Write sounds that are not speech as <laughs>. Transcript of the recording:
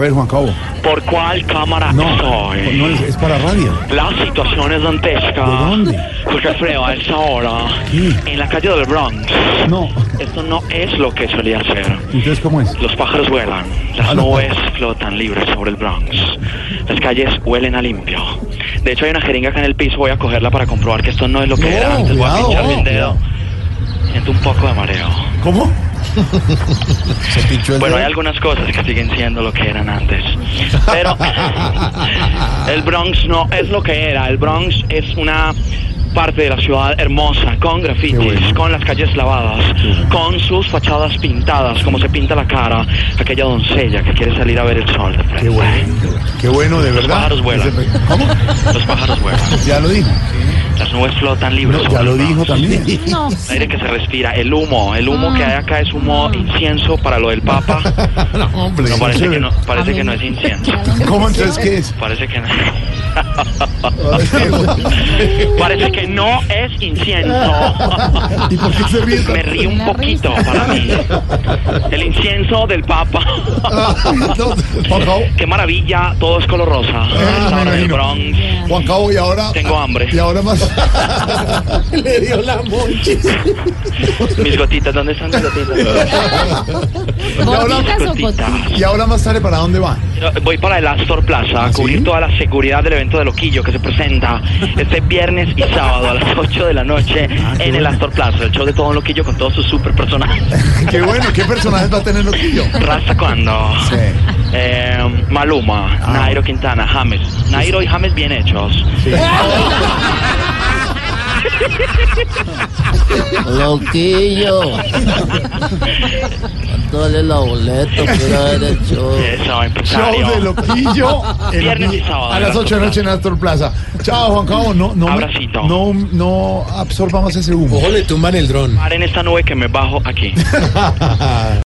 A ver, Juan Cabo. ¿Por cuál cámara No, soy? no es, es para radio. La situación es dantesca. ¿De dónde? Porque Alfredo, a esa hora, Sí. en la calle del Bronx, No. esto no es lo que solía ser. Entonces, ¿cómo es? Los pájaros vuelan, las Ah, no. nubes flotan libres sobre el Bronx, las calles huelen a limpio. De hecho, hay una jeringa acá en el piso, voy a cogerla para comprobar que esto no es lo que No, era. Antes voy a cuidado, pincharme no, el dedo. Siento un poco de mareo. ¿Cómo? <laughs> Se pinchó el Bueno, hay dedo. algunas cosas que siguen siendo lo que <laughs> eran antes. Pero el Bronx no es lo que era. El Bronx es una parte de la ciudad hermosa, con grafitis, Qué bueno. con las calles lavadas, con sus fachadas pintadas, como se pinta la cara aquella doncella que quiere salir a ver el sol. de frente. Qué bueno. Qué bueno, de verdad. pájaros vuelan. Ese- ¿Cómo? Los pájaros vuelan, Ya lo dijo. las nubes flotan libres. No, sobre ya lo el Bronx. dijo también. <laughs> El aire que se respira, el humo, el humo que hay acá es humo incienso para lo del Papa. No, hombre. No, sí, parece que chévere. no, parece que no es incienso. ¿Cómo entonces qué <laughs> es? Parece que no. Parece que no <laughs> es incienso. ¿Y por qué se ríe? Me río un poquito para mí. El incienso del Papa. <laughs> No, Juan Cabo. Qué maravilla, todo es color rosa. Esta hora del Ah, imagino. Ah, Bronx. Juan Cabo, y ahora. Tengo hambre. Y ahora más. <laughs> Le dio la monchis. Mis gotitas, ¿dónde están mis gotitas? ¿Gotitas o Gotitas. gotitas? <laughs> Y ahora más tarde, ¿para dónde va? Voy para el Astor Plaza a ¿Ah, sí? cubrir toda la seguridad del evento de Loquillo que se presenta este viernes y sábado a las <laughs> 8 de la noche Ah, qué en el bueno. Astor Plaza. El show de todo Loquillo con todos sus super personajes. <laughs> Qué bueno, ¿qué personajes va a tener Loquillo? Rasta cuando. Eh, Maluma, Nairo Quintana, James. Nairo y James bien hechos. Loquillo. Dale la boleta, quiero ver el show. Eso, Show Eh, empresario. de <laughs> Loquillo. el Viernes y sábado, A las 8 de la noche en Astor Plaza. Chao, Juan Cabo. No, no, Abracito. no, no absorbamos ese humo. Ojo, le tumban el dron. Paren esta nube que me bajo aquí.